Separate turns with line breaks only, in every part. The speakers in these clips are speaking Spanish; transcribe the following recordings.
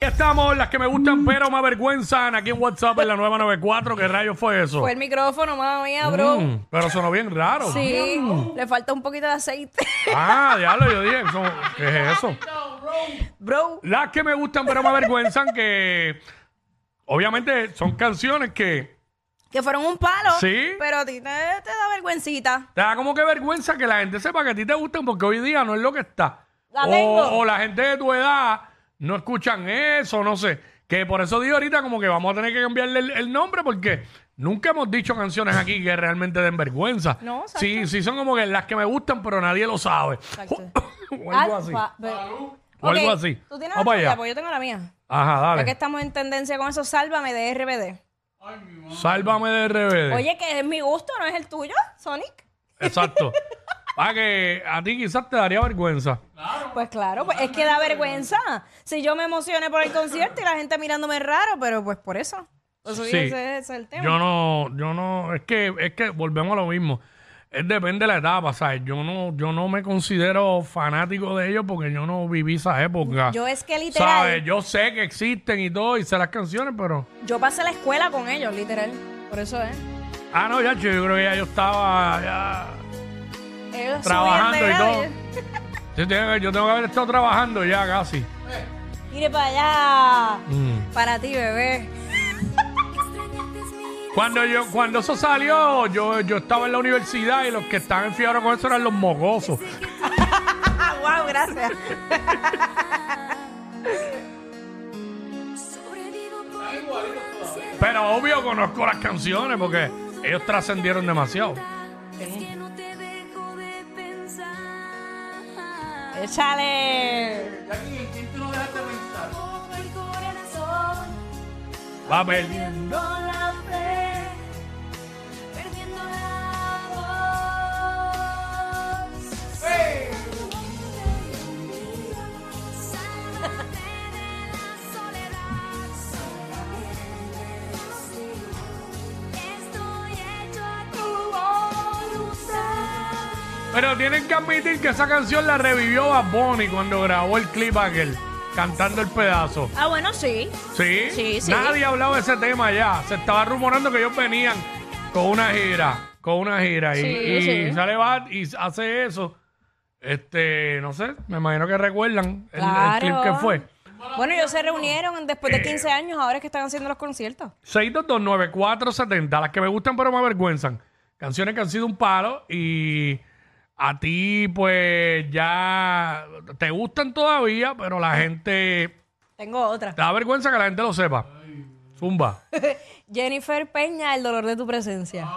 Aquí estamos, las que me
Mm.
gustan pero me avergüenzan. Aquí en WhatsApp en la nueva 94. ¿Qué rayos fue eso?
Fue el micrófono, mamá mía, bro.
Mm, pero sonó bien raro.
Sí, le falta un poquito de aceite.
Ah, diablo, yo dije, eso- ¿qué es eso?
Bro,
Las que me gustan pero me avergüenzan que obviamente son canciones que
que fueron un palo.
Sí.
Pero a ti te, te da vergüencita.
te da como que vergüenza que la gente sepa que a ti te gustan porque hoy día no es lo que está.
La tengo.
o, o la gente de tu edad no escuchan eso, no sé. Que por eso digo ahorita como que vamos a tener que cambiarle el, el nombre porque nunca hemos dicho canciones aquí que realmente den vergüenza.
No, exacto.
sí, sí son como que las que me gustan pero nadie lo sabe. o algo así.
Alfa, be-
O algo
Ah, Ok,
así.
Tú tienes
Vamos para
la tuya,
allá.
pues yo tengo la mía.
Ajá,
Ya que
dale.
estamos en tendencia con eso, sálvame de RBD.
Sálvame de RBD.
Oye, que es mi gusto, ¿no es el tuyo, Sonic?
Exacto. Para que a ti quizás te daría vergüenza.
Pues claro, pues es que da vergüenza. Si yo me emocioné por el concierto y la gente mirándome raro, pero pues por eso. Pues
Sí.
ese, ese es el tema.
Yo no, yo no, es que, es que volvemos a lo mismo. Es depende de la etapa, ¿sabes? Yo no, yo no me considero fanático de ellos porque yo no viví esa época.
Yo es que literal,
¿Sabes? Yo sé que existen y todo, y sé las canciones, pero.
yo pasé la escuela con ellos, literal. Por eso ¿eh? es.
Ah, no, ya, yo creo que ya yo estaba. Ya...
Ellos
Trabajando
subían de
y todo.
grado
Sí, tengo que- Yo tengo que haber estado trabajando ya casi.
y- Mire para allá.
Mm.
Para ti, bebé.
Cuando yo, cuando eso salió, yo, yo estaba en la universidad y los que estaban enfiebrados con eso eran los mocosos.
Ah, wow, gracias.
Pero obvio conozco las canciones porque ellos trascendieron demasiado.
Échale.
Va perdiendo. Pero tienen que admitir que esa canción la revivió a Bonnie cuando grabó el clip aquel, cantando el pedazo.
Ah, bueno, sí.
¿Sí?
Sí, sí.
Nadie hablaba de ese tema ya. Se estaba rumorando que ellos venían con una gira, con una gira. Y,
Sí,
y
sí.
sale Bad y hace eso. Este, no sé, me imagino que recuerdan el-
Claro.
el, clip que fue.
Bueno, ellos se reunieron después de 15 años, ahora es que están haciendo los conciertos.
6229470, las que me gustan pero me avergüenzan. Canciones que han sido un palo y a ti pues ya te gustan todavía, pero la gente
Tengo otra.
te da vergüenza que la gente lo sepa. Zumba.
Jennifer Peña, el dolor de tu presencia.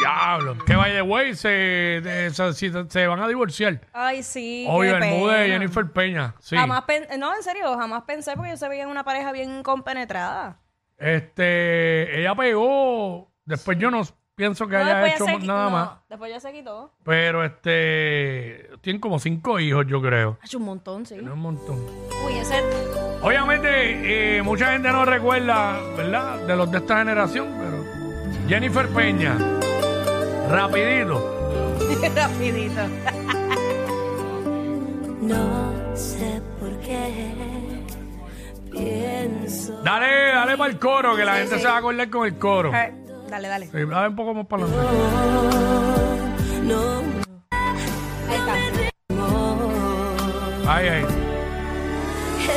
Diablo. Que by the way, se, de- se, si- se van a divorciar.
Ay, sí.
Obvio,
qué
el nude de
pena.
Jennifer Peña. Sí.
Jamás pen- no, en serio, jamás pensé porque yo se veía una pareja bien compenetrada.
Este, ella pegó. Después yo no pienso que
No,
haya
después ya
hecho
se qui-
nada
no,
más.
Después ya se quitó.
Pero este, tienen como cinco hijos, yo creo.
Ha hecho un montón, sí.
Tiene un montón.
Uy, ese.
Obviamente, eh, mucha gente no recuerda, ¿verdad? De los de esta generación, pero. Jennifer Peña. Rapidito.
rapidito.
No sé por qué pienso.
Dale, dale para el coro, que la gente se va a acordar con el coro.
Eh, Dale, dale.
Sí, dale un poco más para adelante.
No,
Ahí está.
Ahí, ahí.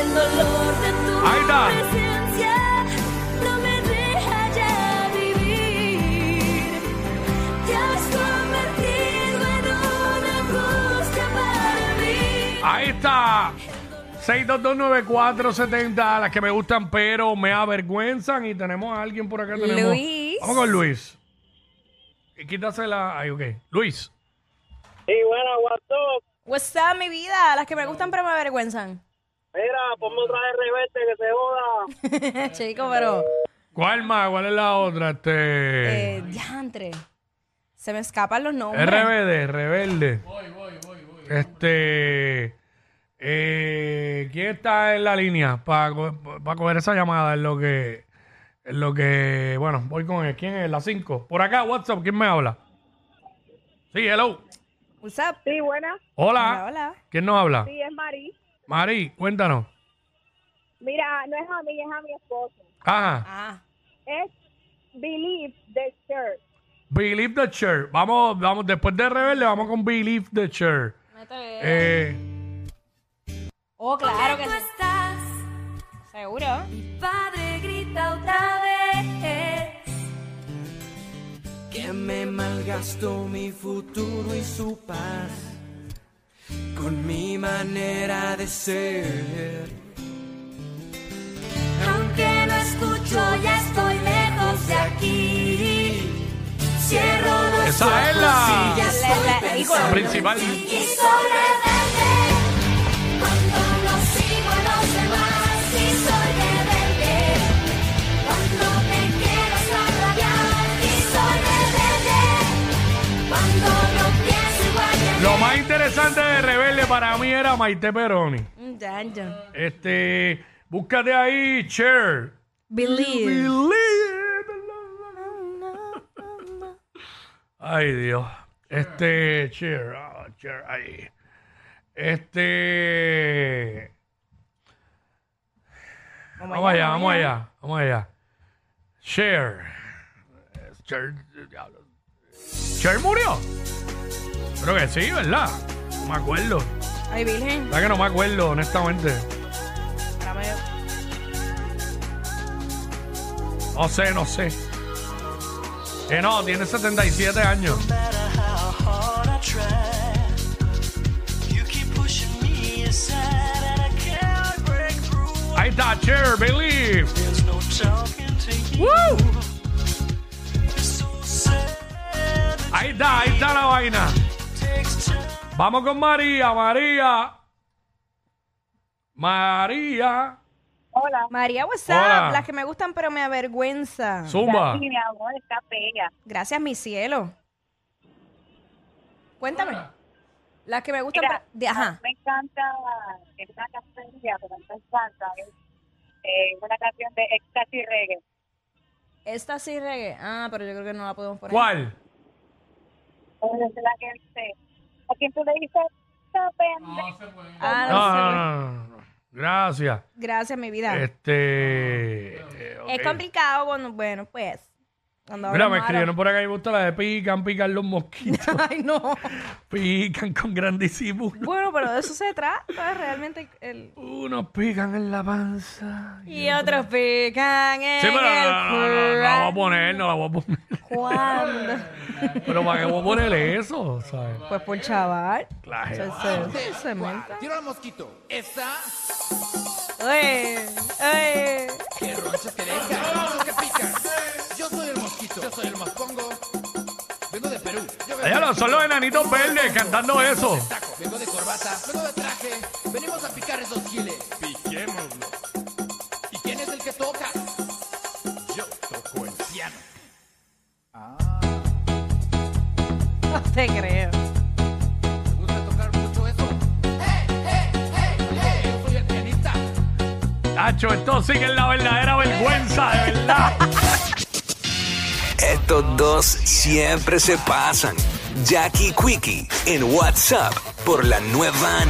el dolor de tu
Ahí está.
presencia.
WhatsApp. 6229470, las que me gustan pero me avergüenzan. Y tenemos a alguien por acá. Tenemos,
Luis.
Vamos con Luis. Y quítasela. Ay, ok. Luis.
Sí, buena, WhatsApp.
What's up, mi vida? Las que me gustan pero me avergüenzan.
Mira, ponme otra de reverte que se joda.
Chico, pero...
¿Cuál más? ¿Cuál es la otra? Este.
Eh, diantre. Se me escapan los nombres.
RBD, Rebelde. Este. eh, ¿Quién está en la línea para coger esa llamada? Es lo que. Es lo que. Bueno, voy con él. ¿Quién es? La 5. Por acá, WhatsApp, ¿quién me habla? Sí, hello.
What's up?
Sí, buena.
Hola.
Hola, hola.
¿Quién nos habla?
Sí, es Mari.
Mari, cuéntanos.
Mira, no es a mí, es a mi esposo.
Ajá.
Ah,
Es Believe the Church.
Believe the Church. Vamos, vamos, después de Rebelde, vamos con Believe the Church.
métele.
Eh,
Oh, claro que sí.
estás?
Seguro.
Mi padre grita otra vez.
que me malgastó mi futuro y su paz con mi manera de ser.
Aunque no escucho, ya estoy lejos de aquí. Cierro los
esa es
ojos y ya
la
estoy
La- la- y con-
pensando.
principal.
Y soy rebelde cuando no sigo a los demás. Y soy rebelde cuando me quiero rabiar. Y soy rebelde cuando no pienso igual que
Lo más interesante de Rebelde para mí era Maite Peroni.
Mm, ya, ya.
Este, búscate ahí, Cher.
Believe.
Ay, Dios. Este, Cher, ah, Cher, ahí. Este. Vamos allá, vamos allá, vamos allá. Cher. Cher, diablo. Cher murió. Creo que sí, ¿verdad? No me acuerdo.
Ay, Virgen.
La que no me acuerdo, honestamente.
Espérame.
No sé, no sé. Eh, no, tiene 77 años. Ahí está, Cher, Believe. Woo. Ahí está, ahí está la vaina. Vamos con María, María. María.
Hola.
María, what's up?
Hola.
Las que me gustan pero me avergüenzan.
Zumba.
mi amor, está bella.
Gracias, mi cielo. Cuéntame. Las que me gustan
Mira,
pero... de- ajá.
Me encanta esta canción, pero me encanta. Es eh, una canción de Ecstasy Reggae.
Esta sí reggae. Ah, pero yo creo que no la podemos poner.
¿Cuál?
Es la que dice, a quien tú le dices, "No, pendejo".
Ah, no
No,
sé.
no, no, no, no. Gracias.
Gracias, mi vida.
Este. eh, ok.
Es complicado, bueno, bueno, pues. Cuando
Mira,
hablas
me
malo.
escribieron por acá y me gusta la de pican, pican los mosquitos.
Ay, no.
pican con gran disimulo.
Bueno, pero de eso se trata realmente el...
Unos pican en la panza.
Y otros pican en
Sí, pero
el
no, no, no, no la voy a
cuerpo.
poner, no la voy a poner.
¿Cuándo?
Pero ¿para qué voy a ponerle eso? ¿Sabes?
Pues por chaval.
Claro.
Se, se, se menta.
Tiro al mosquito. Esa
Ey, ey.
que roncha te deja. que pica. Yo soy el mosquito. Yo soy el mospongo. Vengo de Perú. Yo vengo
Ya lo- son los enanitos verdes cantando eso.
de taco. Vengo de corbata. Vengo de traje. Venimos a picar esos giles. Piquémoslo. ¿Y quién es el que toca? Yo toco el piano.
No te creo.
¿Te gusta tocar mucho eso? ¡Eh, ¡Hey, hey, hey, hey! eh! Yo soy el pianista.
Nacho, esto sí que es la verdadera vergüenza, de verdad.
Estos dos siempre se pasan. Jackie Quickie en WhatsApp por la nueva